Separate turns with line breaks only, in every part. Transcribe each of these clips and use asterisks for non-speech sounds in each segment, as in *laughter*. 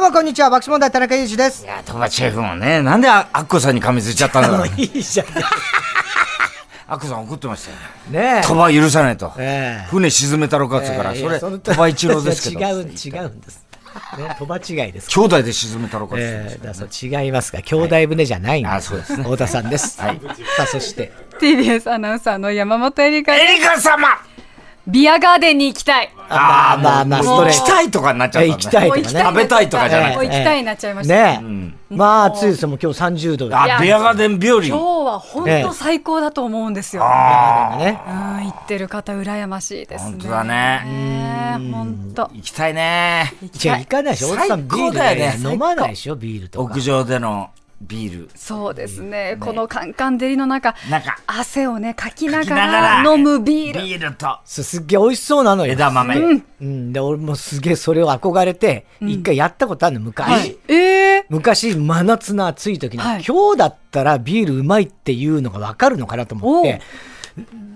もこんにちは、爆笑問題田中裕二です。
や、トバシェフもね、なんであアッコさんに噛みついちゃったんだろう。
いいじゃん。
アッコさん怒ってましたよ。
ねえ。
鳥羽許さないと。
ええ
船沈めたろかっつうから、
ええ
それ、
いやの
鳥羽一郎ですけど。
違う、違うん
*laughs*
です。ね、鳥羽違いです。
兄弟で沈めたろかっつってました
ええだからそう違いますが、兄弟船じゃないん
はいあそうですね
太田さんです。
はい
さあ、そして、
TBS アナウンサーの山本エリカ
エリカ様
ビアガーデンに行きたい。
あ
あまあまあ、スト
行
レー
き
ト。
たいとかになっちゃった、ね。
え行きたい
もう行きたい
食べたいとかじゃな
ええ
い
もう行きたいになっちゃいました。
ねえ。まあ、暑いですよ、もう今日30度で。
あ、ビアガーデン日和。
今日は本当最高だと思うんですよ。
ああ、
ね。
うん、行ってる方羨ましいですね。
本当だね。
ね。本当。
行きたいね。
じゃ行かないでしょ、太田さん、ビー
最
ル
高だよね
ね飲まないでしょ、ビールとか
屋。上でのビール。
そうですね。このカンカン照りの中、
中
汗をね、かきな
行き
が
な
ら
がら
飲むビール。
ビールと
すすっげえ美味しそうなのよ。
枝豆。
うん、で、俺もすげえそれを憧れて、一回やったことあるの、昔。
ええ
昔、真夏の暑い時に、
はい
今日だったらビールうまいっていうのがわかるのかなと思って、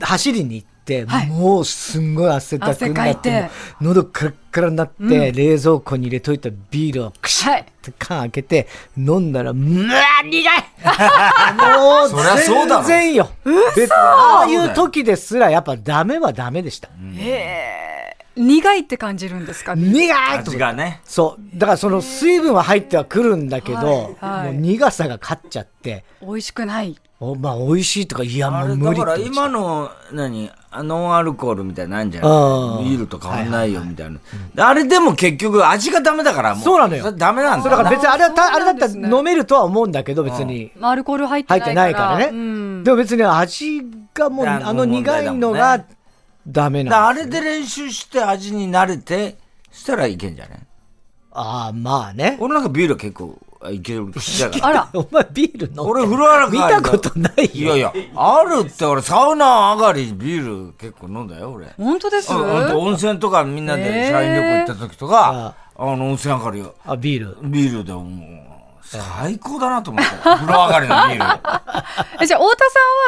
走りに行って、
はい
もうすんごい汗だくにな
汗
っ
かい
て、も
て
う喉カラッカラになって、冷蔵庫に入れといたビールをクシャッて缶開けて、飲んだら、むわ苦いもう
そりゃそうだろ
全然よ。別にああいう時ですら、やっぱダメはダメでした。
ええ苦いって感じるんですかね。
苦いと思って
味がね。
そう。だからその水分は入ってはくるんだけど、
はいはい
もう苦さが勝っちゃって、
美味しくない。
おまあ美味しいとか、いや
あ
もう
れ
無
だ
理
か
っ
ら
て言っちゃう。
今の何あノンアルコールみたいなのあんじゃ
あ
な
ー
いビールと変わんないよみたいな、あれでも結局味がダメだからもう
そうなのよ
それダメなん
そ
だ
うだ
よ
から別にあれは
あ
た、あ
そう
れだ
なん
った
ですね
ら飲めるとは思うんだけど、別に
まあアルコール入ってな
入
い
っ
から。
てないから
うん
ね。でも別に味がもう、
いや
あの苦いの
問題だもん
がダメ
だから
な
あ
んです
れ
よ
で練習して味に慣れてしたらいけんじゃない
ああ、まあね。
俺なんかビール結構あいける口だから
あら。
お前ビール飲んで
俺風呂洗い
見たことない
い
よ。
やいやあるって俺サウナ上がりビール結構飲んだよ俺
本当です
あほんと温泉とかみんなで社員旅行行った時とか、あの温泉上がりよ
あ、ビール。
ビールでもう最高だなと思って、風呂上がりのビール
えじゃあ、太田さんは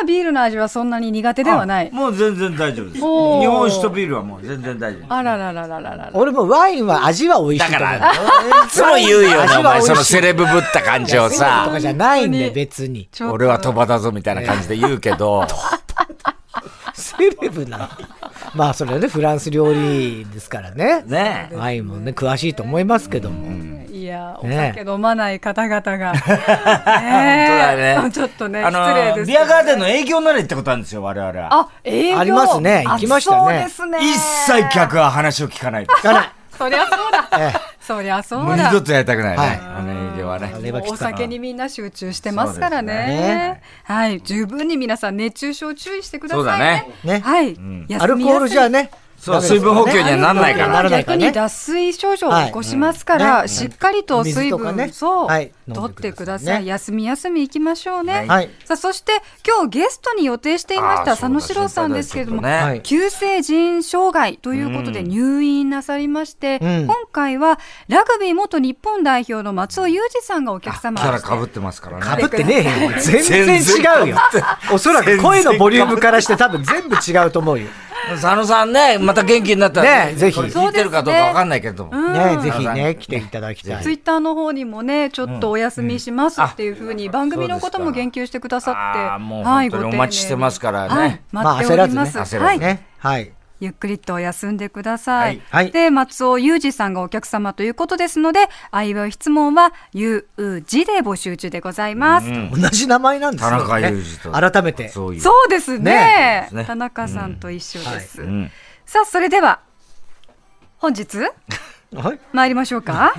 ビールの味はそんなに苦手ではない。
もう全然大丈夫です。日
おー
本酒とビールはもう全然大丈夫です。
あららららららら。
俺もワインは味は美味しいと思う。
いつも言うよ
味は
ね、お
美
前、
味しい
そのセレブぶった感じを
と
さ
か、じゃないんで、別に。
ょっと
俺は鳥羽だぞみたいな感じで言うけど、
セレブな。まあ、それはね、フランス料理ですからね。
*laughs* ねえ
ワインもね、詳しいと思いますけども。
いや、お
ね
酒飲まない方々が。ねえ
本当だね
ちょっとね、
あ
失礼で
の、
す。
ビアガーデンの営業なら行ったことあるんですよ、我々は。
あ、営業
ありますね行きましたね
あそうですね。
一切客は話を聞かないです。
行かない。
そりゃそう
え
だ。
え
そりゃそう
もう
だ
二。度とやりたくないね、
はい
あの営業はね。
れはきつか
お
ったな
酒にみんな集中してますからね
そ
です
う
ね
はい十分に皆さん熱中症注意してくだ
そうだ
さいね
ね
ね
はい、休みやすい
アルコールじゃね。
そう、水分補給にはなんないか
な
ら。
らないから
逆
ね
に脱水症状を起こしますから、
はいうんね
しっかりと水
水と
分
かね
そう、
はい
取ってくだ
飲んでく
さい
ださいね
休み休み行きましょうね、
はい
さあそして今日ゲストに予定していました
あー
佐野史郎さんですけれども、
そうだ
はい
急性腎障害ということで入院なさりまして、
うん
今回はラグビー元日本代表の松尾裕二さんがお客様
キャ
と
ラ
して
被ってますからね。
被ってねえよ。全然
全然
違うよ。おそらく声のボリュームからして多分全部違うと思うよ。
佐野さんね、また元気になったら、
ねぜひ
これ聞いてるかどうかわかんないけども。
ねぜひね、来ていただきた
ツイ
い。
ッターの方にもね、ちょっとお休みしますっていうふうに、番組のことも言及してくださって、
あーもう
はい
本当に
ご丁寧に
お待ちしてますからね
はい
まあ、
待って
焦
お
ら
り
ずね。
ます。
焦
は
らず
い、
ね。はい。
ゆっくりと休んでください。
はいはい
で、松尾裕二さんがお客様ということですので、相棒質問は、ゆうじで募集中でございます。
同じ名前なんですよね。
田中裕二と
改めて。
そういう。
そうですね
ねそうですね
田中さんと一緒です。
ん
さあ、それでは、本日、
はい
参りましょ
*laughs*
うか。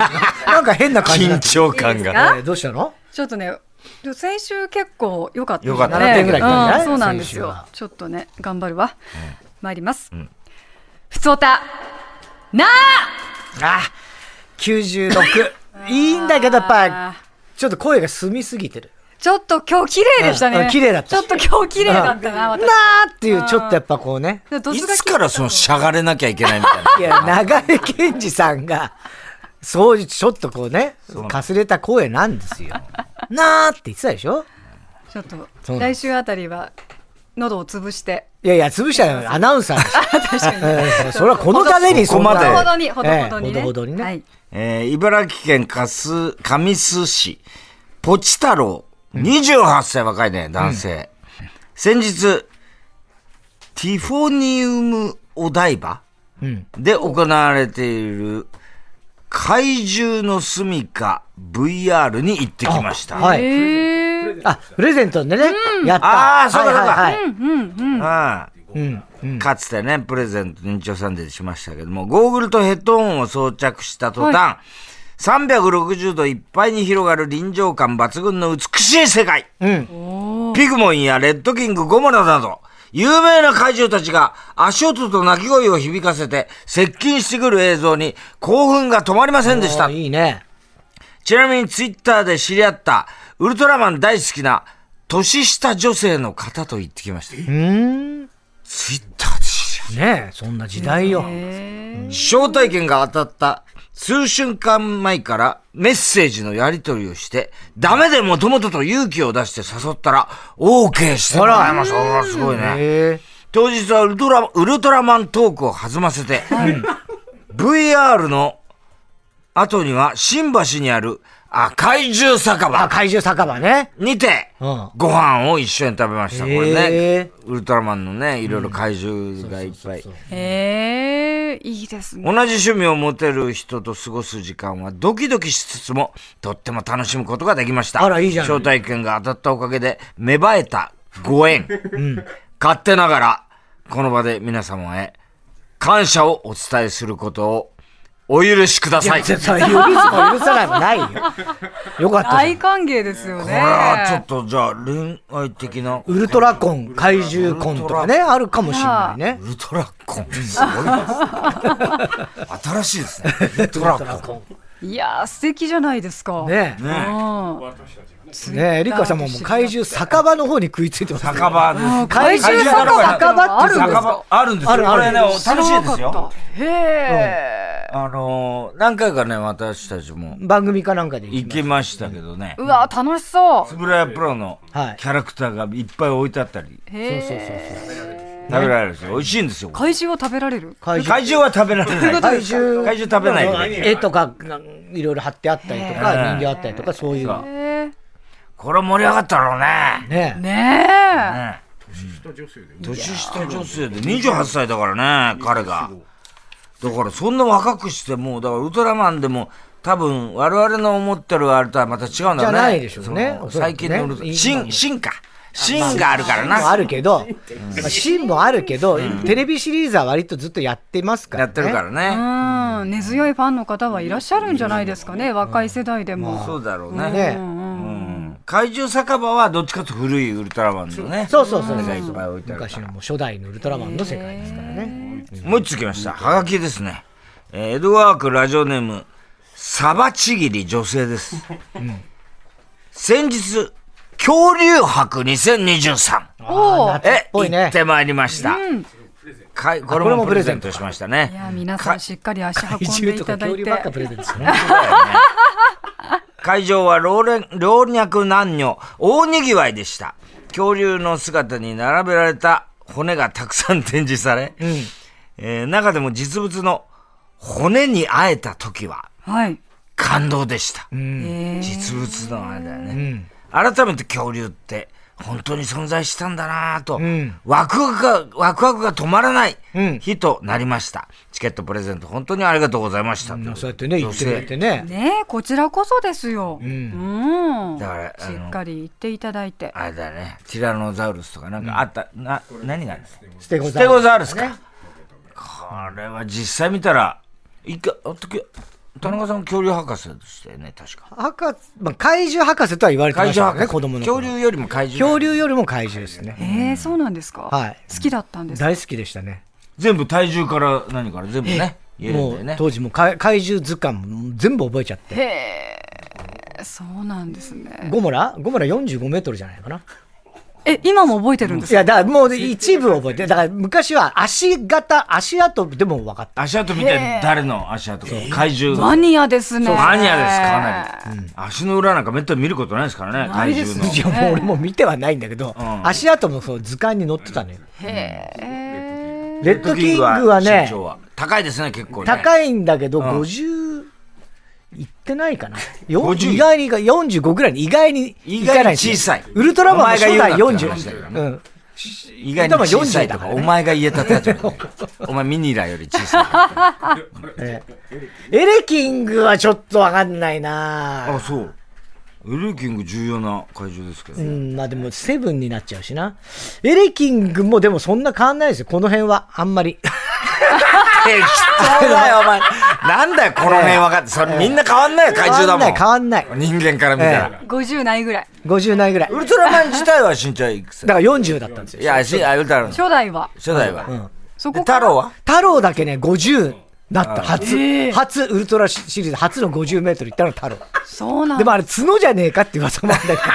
なんか変な感じにな
緊
ってる。
張感が。
張
えーどうしたの
ちょっとね、先週結構良かった
良かった
ね。
7点ぐらいいったんじ
ゃない
うんそうなんで
先
す
週
よ
は。
ちょっとね、頑張るわ。参ります。ふつおた、な
あ、96。いいんだけど、やっ
あ
ぱ、ちょっと声が澄みすぎてる。
ちょっと今日綺麗でした
うんう
ね。
ん綺麗だった
ちょっと今日綺麗だったな、
な
私。
ーっていう、ちょっとやっぱこうね。
でもド
い
スが
つからそのしゃがれなきゃいけないみたい
いや、長江健二さんが、そう、ちょっとこうね、かすれた声なんですよ。なーって言ってたでしょ
ちょっ
そう
と、
なんで
来週あたりは、喉を潰して、
いやいや、潰したらアナウンサーでしょ
確かに。
うんそれはこのためにそんな
ここまで
ほどほどに、ほどほど
ええ
に、
ほどほどにね
はい。
*laughs* えー茨城県かす神栖市、ポチ太郎、28歳若いね、男性。先日、ティフォニウムお台場
うん
で行われている怪獣の住みか VR に行ってきました。
はい。
へえ。
あ、プレゼントでね、やった。
あーそうか
はいはいはい
ああ
うん。うん。
かつてね、プレゼントに一応さんでしましたけども、ゴーグルとヘッドホンを装着した途端、360度いっぱいに広がる臨場感抜群の美しい世界。
うん。
ピグモンやレッドキングゴモラなど、有名な怪獣たちが足音と鳴き声を響かせて接近してくる映像に興奮が止まりませんでした
おー。いいね。
ちなみにツイッターで知り合ったウルトラマン大好きな年下女性の方と言ってきました。
うーん。ね
ツイッターで知り合った
え、そんな時代よ。
招待券が当たった数瞬間前からメッセージのやり取りをして、ダメでもともとと勇気を出して誘ったら、OK してもらいました。あらすごいね。
へえ。
当日はウルトラウルトラマントークを弾ませて、VR の後には新橋にある赤い獣酒
あ、
場
怪獣酒場ね。
にて、
うん
ご飯を一緒に食べました。これね
へ、
ウルトラマンのね、いろいろ怪獣がいっぱい。
ええ、いいですね。
同じ趣味を持てる人と過ごす時間はドキドキしつつも、とっても楽しむことができました。
あらいいじゃない
招待券が当たったおかげで、芽生えたご縁。勝手ながら、この場で皆様へ、感謝をお伝えすることを、お許しください。こ
絶
れ
対許すも許さないもないよ。よかったじゃ
大
ん。
歓迎ですよね。
はちょっと、じゃあ、恋愛的な、
ウルトラコン、怪獣コンとかね、あるかもしれないね。
ウルトラ
*laughs*
コン。すごいです。新しいですね。ウルトラ
ウ *laughs* ルトラコ
コン。
いやー、素敵じゃないですか。。
ね
う
ね
ん。
え、ねえ、リカ様も怪獣酒場の方に食いついてますね。
酒場です。
怪獣酒場
怪獣
って
酒場
酒
酒
場
場あるんですよ。
あるある
これね、楽しいです
知らなか
よ
っ。た。へえ。
あのー、何回かね、私たちも
番組かなんかで行
行
き
きましたけどね
う、わー、楽しそう。
つぶらやプロのキ
はい
ャラクターがいっぱい置いてあったり、
へ
そう
え。
食べられるんですよ。美味しいんですよ。
怪獣を食べられる。
怪
怪獣は食べられない。
怪獣
怪獣食べないで。
絵とかなんいろいろ貼ってあったりとか
へー
人形あったりとかそういう
へえ。
これ盛り上がったろうね。
ね
ねえ。
年下女性で28歳だからね、彼が。だからそんな若くしてもう、だからウルトラマンでも、多分我々の思ってるあれとはまた違うんだろうね。
じゃないでしょうね
その
おそら
最
くね
近のウルトラ、
今
芯、
の
芯か。芯があるからな。
もあるけど、まあ、芯もあるけど、テレビシリーズは割とずっとやってますから
や
ね
ってるからね。
うん、根強いファンの方はいらっしゃるんじゃないですかね、若い世代でも。
そうだろうね。
ね
うん怪獣酒場はどっちかというと古いウルトラマンのね。
そうそうそう
そ
そ
れがいっぱい置いうてあるから
昔のもう初代のウルトラマンの世界ですからね
もう一つ来ました。はがきですね。えーエドワークラジオネーム、サバちぎり女性です。先日、恐竜博2023。
あー夏っ
え、
ぽい
行
ね
ってまいりました。かいこれ
これ
も
も
プ
プ
レ
レ
ゼ
ゼ
ン
ン
ト
ト
しました
い
ね。
や、皆さんしっかり足
怪
運んで
獣
い
と
た
か
だ
恐
い
竜
て
ばっ。かプレゼント
*laughs*
ですね
会場は老若老若男女、大にぎわいでした。恐竜の姿に並べられた骨がたくさん展示され、えー中でも実物の骨に会えた時は
はい。
感動でした。
へー
実物のあれだよね。改めて恐竜って本当に存在したんだなぁと、ワクワクが、ワクワクが止まらない日となりました。チケットプレゼント本当にありがとうございました。
うんそうやってね言ってくれてね
ねえ、こちらこそですよ。うん。
だからあ
し
の
っかり言っていただいて。
あれだね、ティラノザウルスとかなんかあった、な、何があるんですか
ステゴ
ステゴ
ザ
ザウルスか。これは実際見たら、一回、あとき田中さん恐竜博士でしたよね、確か。
博士、まあ、怪獣博士とは言われてま
怪
した
獣
よ
博士。
ね子供の頃
恐竜よりも怪獣。
恐。竜よりも怪獣ですね
えー、そうなんですか。
はい
好きだったんですか。
大好きでしたね
全部体重から何から全部ね、言えるん
も
だよ
う
ね。
当時もう怪怪獣図鑑も全部覚えちゃって
へえ。そうなんですね。
ゴモラゴモラ45メートルじゃないかな。
え、今も覚えてるんで
い
すか
や、だからもう一部覚えて、だから昔は足型、足跡でも分かった。
足跡見て誰の足跡か怪獣
マニアですね。
マニアですかなり、足の裏なんかめったに見ることないですからね
ない
怪
です
獣の
いや、もう俺も見てはないんだけど、
ん
足跡もそう図鑑に載ってたのよ。
へえ。
レッドキングはね
身、長は高いですね結構ねい
高いんだけど、50、いってない
*laughs*
かな。よ
50
意外にいか、45ぐらいに意外に
意
か
外
な
に小さい
ウルトラマンの初代
お前が言うなって話だよ
40。うん。
意外に小さいとか
でも40だからね
お前が言えた立場でお前ミニラより小さい
エレキングはちょっとわかんないな
あそうエレキング重要な怪獣ですけど、
うん、まあでも、セブンになっちゃうしな。エレキングもでもそんな変わんないですよ。この辺は、あんまり。 *laughs*
適当だよ、お前。なんだよ、この辺分かって。それみんな変わんないよ、怪獣だもん。
変わんない、変わんない。
人間から見たら。
50ないぐらい。
50代ぐらい。
ウルトラマン自体は身長いくつ
だから40だったんですよ。
いや、しあウルトラマン。初
初代は。
代は。
そ
で
こ
太
から。
郎は
太郎だけね、50だった。初、初ウルトラシリーズ、初の50メートル行ったの太郎。
そうなん
で
だ
もあれ、角じゃねえかって噂もあるんだけど。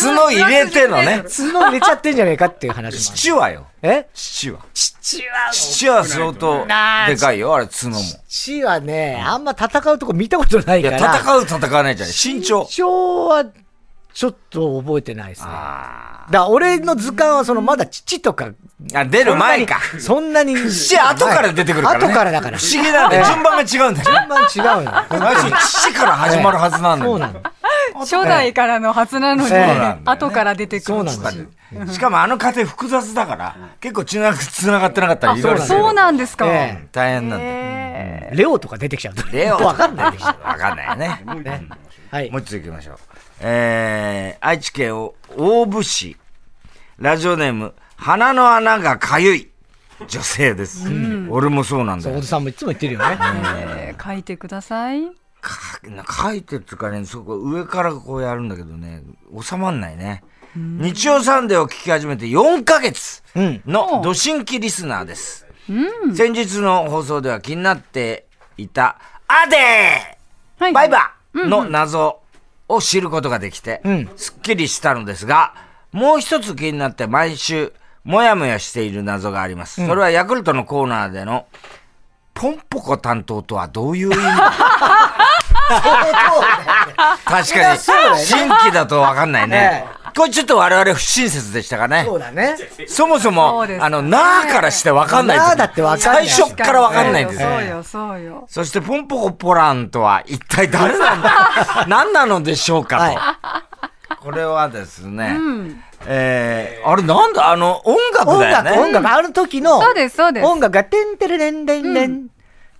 角入れてのね。
角入れちゃってんじゃねえかっていう話も
父はよ。 *laughs*
ある。え
父は。
父は、
父は相当でかいよ、あれ、角も。い
父はね、あんま戦うとこ見たことないか
や、
ら。
戦う、戦わないじゃない。身長。
身長は、ちょっと覚えてないですね。だから俺の図鑑は、その、まだ父とか、
あ、出る前か。
そんな
*laughs*
に。
父、後から出てくるからね。
後からだから。
不思議なんだよ。
ええ
*laughs* 順番が違うんだよ。
順番違うのよ。
最初、父から *laughs* 始まるはずなの
そ
よ
うなの。
初代からのはずなのに、
そうなん
だ
後から出てくる。
そうなんですよ。
しかもあの家庭複雑だから、結構つなつながってなかったらいろいろ
そうなんですか。
ええ
大変なんだよ。
へえ
レオとか出てきちゃうと。
レオ。
*laughs* わかんない。
いでしょ。わかんないよね。
はい
もう。一つ行きましょう。えー、愛知県を大府市、ラジオネーム、鼻の穴がかゆい、女性です。俺もそうなんだ
小
よ
田。さんもいつも言ってるよね。
*laughs*
ええ書いてください。
か書いてるっていうかね、そこ上からこうやるんだけどね、収まんないね。日曜サンデーを聞き始めて4ヶ月のド新規リスナーです。先日の放送では気になっていた、アデ
は
ーバイバーの謎を知ることができて、すっきりしたのですが、もう一つ気になって毎週、もやもやしている謎があります。それはヤクルトのコーナーでの、ポンポコ担当とはどういう意味だ確かに、新規だと分かんないね。これちょっと我々不親切でしたかね
そ。うだね。
そもそ
そ
も、
うですね
あの、なーからして分かんないです
なーだって分かんない
最初っから分かんないんですよ。
そうよ、そうよ。
そして、ポンポコポランとは一体誰なんだ何なのでしょうかと。これはですね、えー、あれなんだあの、音楽
音
だよ
楽、
ね。
音楽、あの時の、
そうです、そうです。
音楽が、てんてれれんれんれん、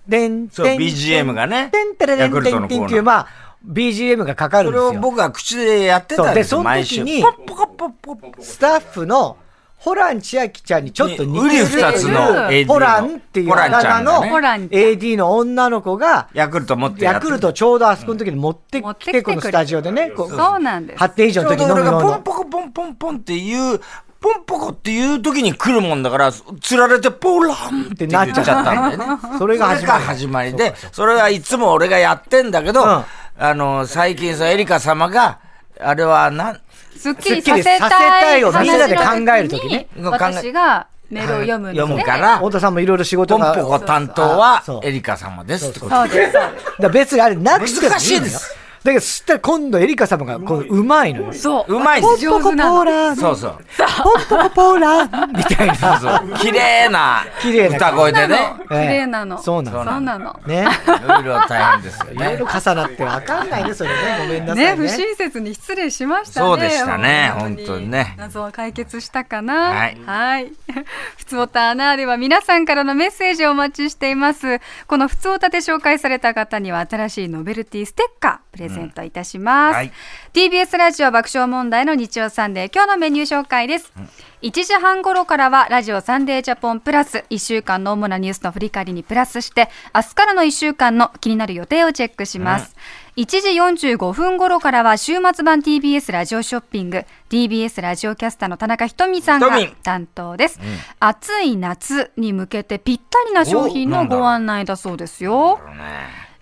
でん、
そう BGM がね
てんてれれ
ヤ
ん
クル
れ
ト
ん
のコ
て
ー
ん
ナー
っていう、まあ、BGM がかかる
そ
ん
れ
で
を
すよ。
僕は口でやってた
そ
ん
う
で
ですその
よ、毎
時
週。
に
ポンポコポンポコ
スタッフの、ホラン千秋ちゃんにちょっと似
ウ
て
リ
る。
二つの AD の
ホランっていう
ホランちゃ
名
んが
の
ね
ホランちゃん
AD の女の子が、
ヤクルト持ってやって
ヤクルトちょうどあそこの時に持って
持っ
き
てきて
て、
くれ
このスタジオでね、こう
そうなんです
8手以
ち
上
ょ
の
う
時
ど
飲む
俺が
用
ポン
の。
ポコポンポンポンっていう、ポンポコっていう時に来るもんだから、釣られてポランってなっちゃったんだよね。
それが始まる
始まりで、それはいつも俺がやってんだけど、
うん
あの、最近さ、エリカ様が、あれはなん、
すっきりさ
すっき
せたい
りさせたいをみんなで
話の時
考える時ね
私がメールを読むんです
読む
ね。
から、ポ
太
ン
田さんもいろいろ仕事が。
ポコ担当は
そうそう
エリカ様ですってこと。
そうです、そうで
だから別にあれなくてものよ
難しいです。
だけど、そしたら今度エリカ様が、こう、うまいのよ。
す。そう。
うまいです
ポンポコ
上
ポ
手なの
ーラー、
そうそう。
ポンポコポーラー、みたいな。
そう綺麗な
綺麗な
歌声でね。
綺麗なの。
ええそうなの
そうなの。
ね。
いろいろ大変ですよ
いろい
ね
ろ。重なってわかんないね、それね。ごめんなさ
ね、
い
不
ね。
親切に失礼しましたね。
そうでしたね本当にね
謎は解決したかな。
はい
はい。 *laughs* ふつおたアナーでは皆さんからのメッセージをお待ちしています。このふつおたで紹介された方には新しいノベルティステッカープレゼントいたします。
はい
TBS ラジオ爆笑問題の日曜サンデー、今日のメニュー紹介です。1時半頃からはラジオサンデージャポンプラス、1週間の主なニュースの振り返りにプラスして、明日からの1週間の気になる予定をチェックします。1時45分頃からは週末版 TBS ラジオショッピング TBS ラジオキャスターの田中ひとみさんが
ひとみ
担当です、暑い夏に向けてぴったりな商品のご案内だそうですよ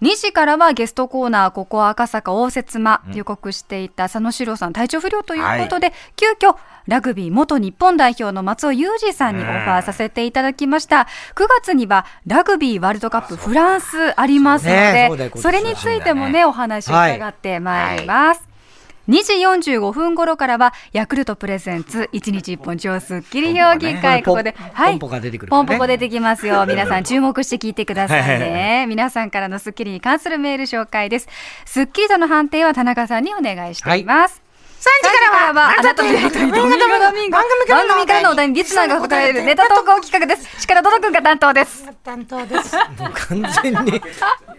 2時からはゲストコーナー、ここは赤坂応接間、予告していた佐野史郎さん体調不良ということで、急遽、ラグビー元日本代表の松尾裕二さんにオファーさせていただきました。9月にはラグビーワールドカップフランスありますの
ねそうだ
で
よ、今年
それについてもね、お話を伺ってまいります。2時45分頃からは、ヤクルトプレゼンツ、1日1本超スッキリ評議会、こ
ポ
こ
ンポ
で、
ねポンポが出てくるか
ポ
ら
ン
ね
ポが出てきますよ。皆さん注目して聞いてくださいね。皆さんからのスッキリに関するメール紹介です。スッキリとの判定は田中さんにお願いしています。3時からは、あなたとやりたいドミンゴドミンゴ。番組からのお題にリスナーが答えるネタ投稿企画です。力どどくんが担当です。
担当です。
もう完全に、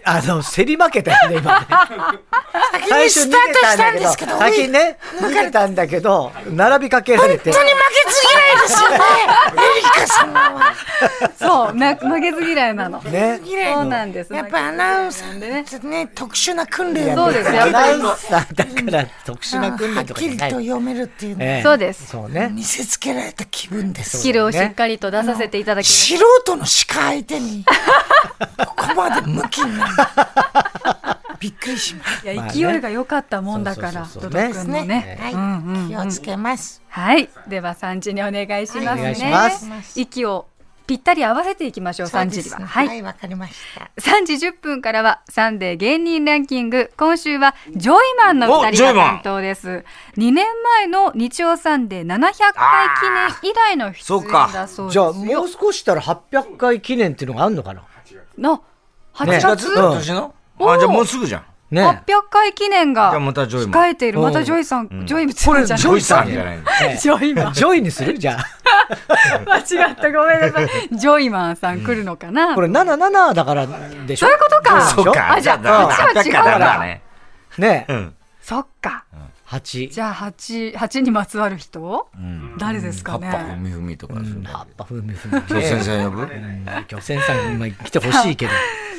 あの、競り負けたよね、今ね。
先にスタートしたんですけど、
先にね、逃げたんだけど、並びかけられて。
本当に負けず嫌いですよね。エリカさんは。
そう、 *laughs* な負けず嫌いなの。
ね。
そうなんです。
やっぱアナウンサーってね、特殊な訓練
そうですよ
アナウンサーだから特殊な訓
はっ
練とか
き
じゃ
り
な
と
い。
読めるっていうの
ええ
そうです
そうね。
見せつけられた気分です。
スキルをしっかりと出させていただきま
素人の鹿相手に、ここまで向きになる。びっくりしまし
いや
まあね
勢いが良かったもんだから、
そうそうそうそう
ドド君
た
の
ね。
ね。
はい。気をつけます。
はい、では三時にお願いします
はいお願いし
ね
ま。
息をぴったり合わせていきましょう。三時に
そう
は。
ですね
はい
は。い、わかりました。
3時10分からはサンデー芸人ランキング今週はジョイマンの
お
2
ジ
人
ョイマン
が担当です2年前の日曜サンデー700回記念以来の出演だそうです
じゃあ、
よ
もう少ししたら800回記念っていうのがあるのかな
の8
8
月
月
うん
今年の
おー
あ、じゃあもうすぐじゃん。
ね
800。回記念が
じゃあまたジョイマン
控えているまたジョイさんジョイさんじゃない
ジョイさん
じゃないの。
ジョイマン
ジョイにするじゃあ。
間違ったごめんなさいジョイマンさん来るのかな
これ77だからでしょ
そういうことか
ジョイでしょ
そうか。
あじゃあ
だ
こっちは違う
だから
か
ね。
ね
う。ん。
そっか
8。
じゃあ八八にまつわる人誰です
カ
か
ッパふ
ね
みふみとかする。
葉っぱふみふみ。
そう先生呼ぶ
今日、千さん今来てほしいけど。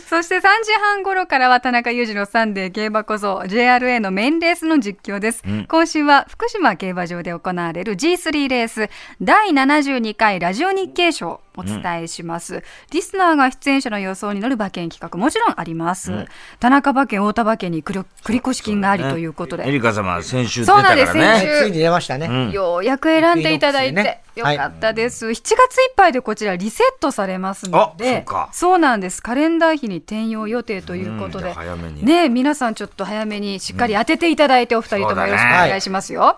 そして3時半頃からは田中裕二のサンデー競馬こそ JRA のメインレースの実況です、今週は福島競馬場で行われる G3 レース第72回ラジオ日経賞をお伝えします、リスナーが出演者の予想に乗る馬券企画もちろんあります、田中馬券太田馬券に繰り繰り越し金がありということで、
エリカ様、先週出
そ
た
うな
か
んです
ら
先週
ね。
ついに出ましたね。
ようやく選んでいただい
インボッ
て
ク、ス
よ
でね
かったです、7月いっぱいでこちらリセットされますの
あそ
で
うか
そうなんですカレンダー日に転用予定ということ
うん
で
じゃあ早めに
ねえ皆さんちょっと早めにしっかり当てていただいて、お二人ともよろしくお願いしますよ、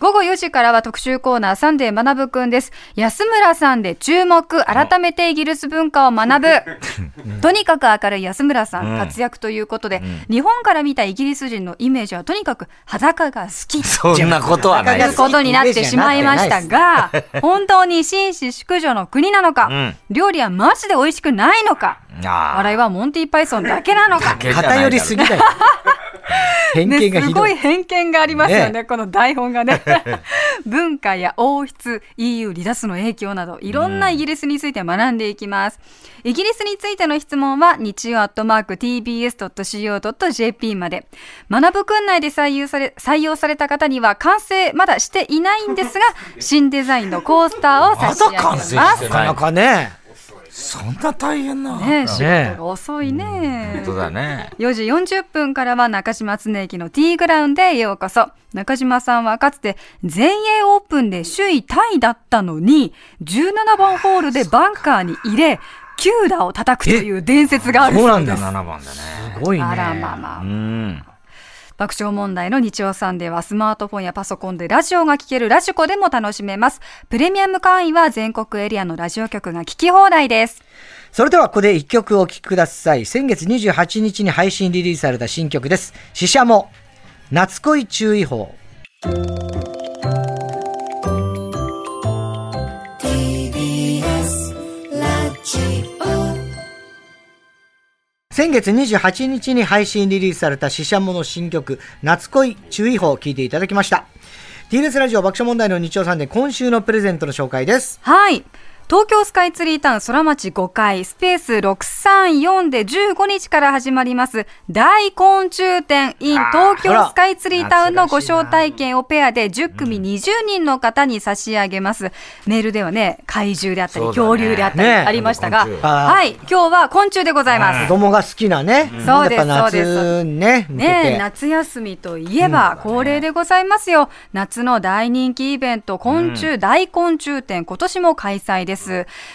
午後4時からは特集コーナーサンデー学ぶくんです。安村さんで注目、改めてイギリス文化を学ぶ。とにかく明るい安村さん、活躍ということで、日本から見たイギリス人のイメージはとにかく裸が好き。
そんなことはな
と
い
い
で
う
す。
ことになってしまいましたが、本当に紳士淑女の国なのか、
ん
料理はマジで美味しくないのか、笑い
あ
はモンティパイソンだけなのか
あ。。
偏りすぎだよ。偏見
ね、
が
す
ひ
ご
ど
い
い。
偏見がありますよね、
ね
この台本がね。文化や王室、EU 離脱の影響など、いろんなイギリスについて学んでいきます。イギリスについての質問は、日曜アットマーク tbs.co.jp まで。学ぶくん内で採用され採用された方には、完成まだしていないんですが、新デザインのコースターを差し上げ
まだ完
ま
成
す。
して
なかなかね。
そんな大変な。
ねえ、仕事
ね
が遅いね。
本当だね。
4時40分からは中島恒之のティーグラウンドへようこそ。中島さんはかつて全英オープンで首位タイだったのに、17番ホールでバンカーに入れ、9打を叩くという伝説がある
そう
そう
なんだ。す
7番だね。
ごいね。
あらまあまあ
う。ん。
爆笑問題の日曜サンデーはスマートフォンやパソコンでラジオが聴けるラジコでも楽しめます。プレミアム会員は全国エリアのラジオ局が聴き放題です。
それではここで一曲お聴きください。先月28日に配信リリースされた新曲です。死者も、夏恋注意報。先月28日に配信リリースされた死者もの新曲、夏恋注意報を聴いていただきました。TBS ラジオ爆笑問題の日曜サンデー今週のプレゼントの紹介です。
はい。東京スカイツリータウン空町5階スペース634で15日から始まります大昆虫展 in 東
あ
京
ら
スカイツリータウンのご招待券をペアで10組20人の方に差し上げます。メールではね、怪獣であったり、
そうだね
恐竜であったり
ね
ありましたが、
昆虫
あー
はい、今日は昆虫でございま
子。
す
供が好きなね、
そ
や
う
っ
です
ぱ夏にね、向けて。
ねえ、夏休みといえば恒例でございますよ。夏の大人気イベント、昆虫大昆虫展、今年も開催です。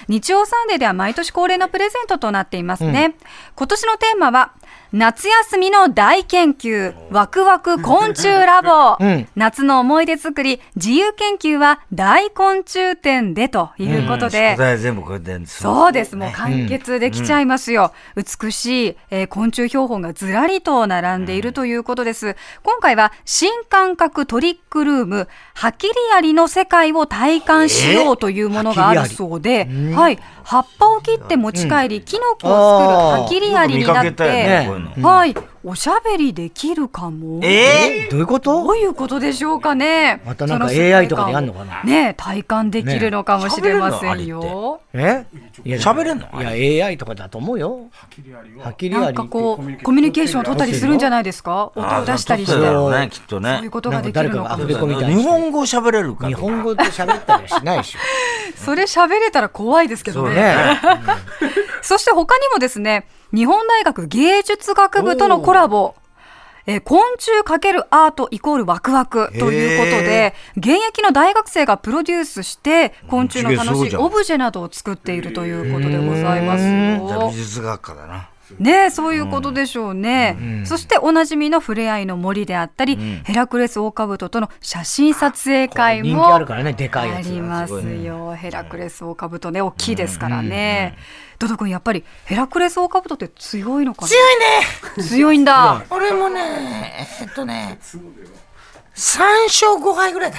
日曜サンデーでは毎年恒例のプレゼントとなっていますね。今年のテーマは、夏休みの大研究、ワクワク昆虫ラボ。
うん
夏の思い出作り、自由研究は大昆虫展でということで。
答え全部これで。
そうです。もう完結できちゃいますよ。美しい、えー昆虫標本がずらりと並んでいるということです。今回は新感覚トリックルーム、ハキリアリの世界を体感しようというものがあるそうで、はい。葉っぱを切って持ち帰り、キノコを作るハキリアリにな
よく見かけ
って
た、よねこういうの
はい。おしゃべりできるかも。
えー
どういうこ
ど
と
ういうことでしょうかね。
またなんか
そ世界
AI とかでやんのかな
観をねえ体感できるのかもしれませ
ね
ん
え喋れるの
よ。
えいや
喋れんの
いや、AI とかだと思うよ。はきりあ
なん
り
かこうコミュニケーションを取ったりするんじゃないですか音を出したりして
あー
そ
だ
う
ろうね、きっと
いう
ね。
ことができるのか
なんか誰かが
も
遊び込みたい
日本語喋れるか
日
とか
本語で喋ったりはしないでしょ。
それ喋れたら怖いですけど
そう
ね
ね
そして他にもですね日本大学芸術学部とのコラボえー昆虫×アートイコールワクワクということで、現役の大学生がプロデュースして、昆虫の
すご
楽
いじ
しい
ゃん
オブジェなどを作っているということでございます
じゃあ
よ
美。術学科だな。
ねえそういうことでしょうね、そしておなじみの「ふれあいの森」であったり、ヘラクレスオオカブトとの写真撮影会
人気
も
あ
あ
るからね、でかいやつ
り。ますよヘラクレスオオカブトね大きいですからね、ドド君やっぱりヘラクレスオオカブトって強いのか
強いね
な強いんだ
俺も *laughs* ねえっとね3勝5敗ぐらいか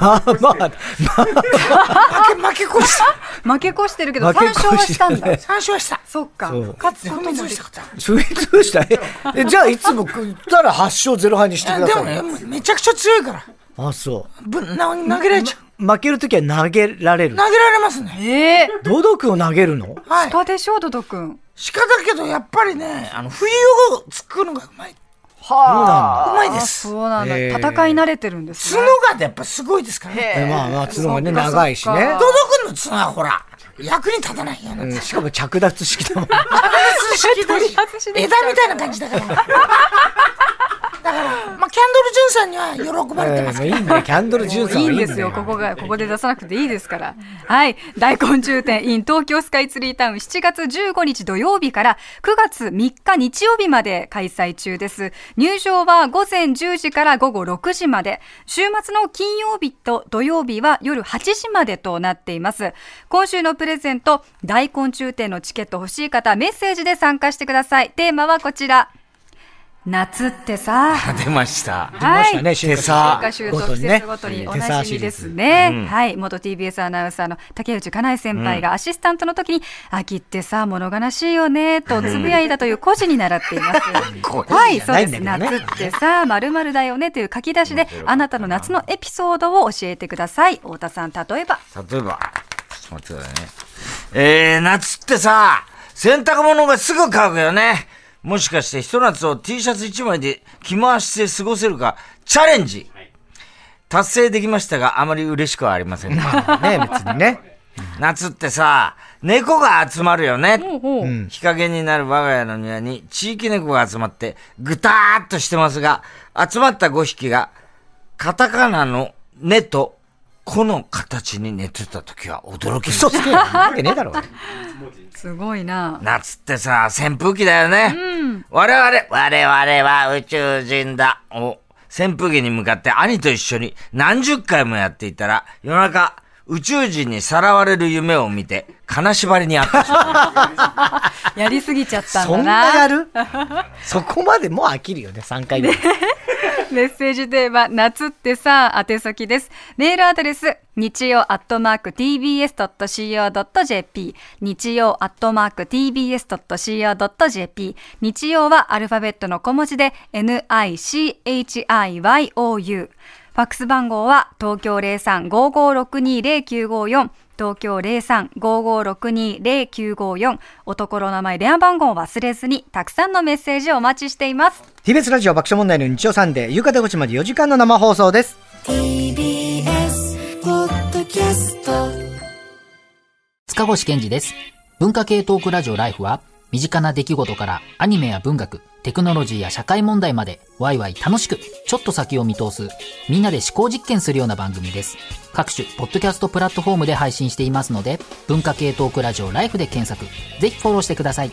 まあまあ、
な負け *laughs* 負け越した
負け越してるけど
負け
3
越
勝はした
し
ん
て *laughs*
だ
3
る
勝はした
そっか
そう
勝つこ
踏
と
み
もで
潰し
き
たかった
追通したね。
*laughs*
えじゃあいつも食ったら8勝0敗にしてくだ
でも
さい
ね
よ。
めちゃくちゃ強いから
あ、そ
ぶんな投げられちゃう
う。負けるときは投げられる。
投げられますね
ええ
ドド君を投げるの
はい
鹿でしょドド君
鹿だけどやっぱりねあの冬を作るのがうまい
は
うまいです
そうなんだ、
へえ
戦い慣れてるんです
角
ね
がやっぱすごいですからね
えまあまあ、角がね、
そっかそっか
長いしね
ド。ド君の角はほら役に立たないよね、 *laughs*
う
うんん、
しかも着脱式だもん。
取り *laughs* 外しできちゃう枝みたいな感じだから *laughs* だからまあキャンドル・ジュンさんには喜ばれて
え
ます
ー
けど、
いいんだよ、キャンドル・ジュンさん
い
はいい
ん
いんだ
で
よ。
すよ、ここが、ここで出さなくていいですから。はい。大昆虫展 in 東京スカイツリータウン7月15日土曜日から9月3日日曜日まで開催中です。入場は午前10時から午後6時まで。週末の金曜日と土曜日は夜8時までとなっています。今週のプレゼント、大昆虫展のチケット欲しい方、メッセージで参加してください。テーマはこちら。夏ってさ。
出ました。
ま
は
し
い
たね、
手さ
中秋と季節ごとにおなじみですね。はい、元 TBS アナウンサーの竹内香奈恵先輩がアシスタントの時に、秋ってさ、物悲しいよね、とつぶやいたという故事に習ってい *laughs* ます。はい、そう
ない
です。
んだ
夏
けどね
ってさ、まるまるだよね、という書き出しで、あなたの夏のエピソードを教えてください。太田さん、例えば。
例えば、ちょっと待ってくださいね。えー、夏ってさ、洗濯物がすぐ乾くよね。もしかして、ひと夏を T シャツ1枚で着回して過ごせるか、チャレンジ。達成できましたが、あまり嬉しくはありませんね。
ね、別にね。
夏ってさ、猫が集まるよね。
ほう
日陰になる我が家の庭に地域猫が集まってぐたーっとしてますが、集まった5匹がカタカナの根と子の形に寝てた時は驚きました
嘘つけよ。なわけねえ
*laughs*
だろ。
すごいな。
夏ってさ、扇風機だよね。我々、我々は宇宙人だ。を扇風機に向かって兄と一緒に何十回もやっていたら、夜中、宇宙人にさらわれる夢を見て、金縛りにあったしまう。
やりすぎちゃったん
そ
だ
んなや
な。
るそこまでもう飽きるよね、3回目。 *laughs*
*laughs* メッセージテーマ、夏ってさ、宛先です。メールアドレス、日曜アットマーク tbs.co.jp、日曜アットマーク tbs.co.jp、日曜はアルファベットの小文字で、nichiou。ファックス番号は東京03-5562-0954、東京03-5562-0954男の名前電話番号を忘れずにたくさんのメッセージをお待ちしています
TBS ラジオ爆笑問題の日曜サンデー夕方5時まで4時間の生放送です
TBS ポッドキャスト
塚越健二です。文化系トークラジオライフは、身近な出来事からアニメや文学、テクノロジーや社会問題まで、ワイワイ楽しく、ちょっと先を見通す、みんなで思考実験するような番組です。各種、ポッドキャストプラットフォームで配信していますので、文化系トークラジオライフで検索、ぜひフォローしてください。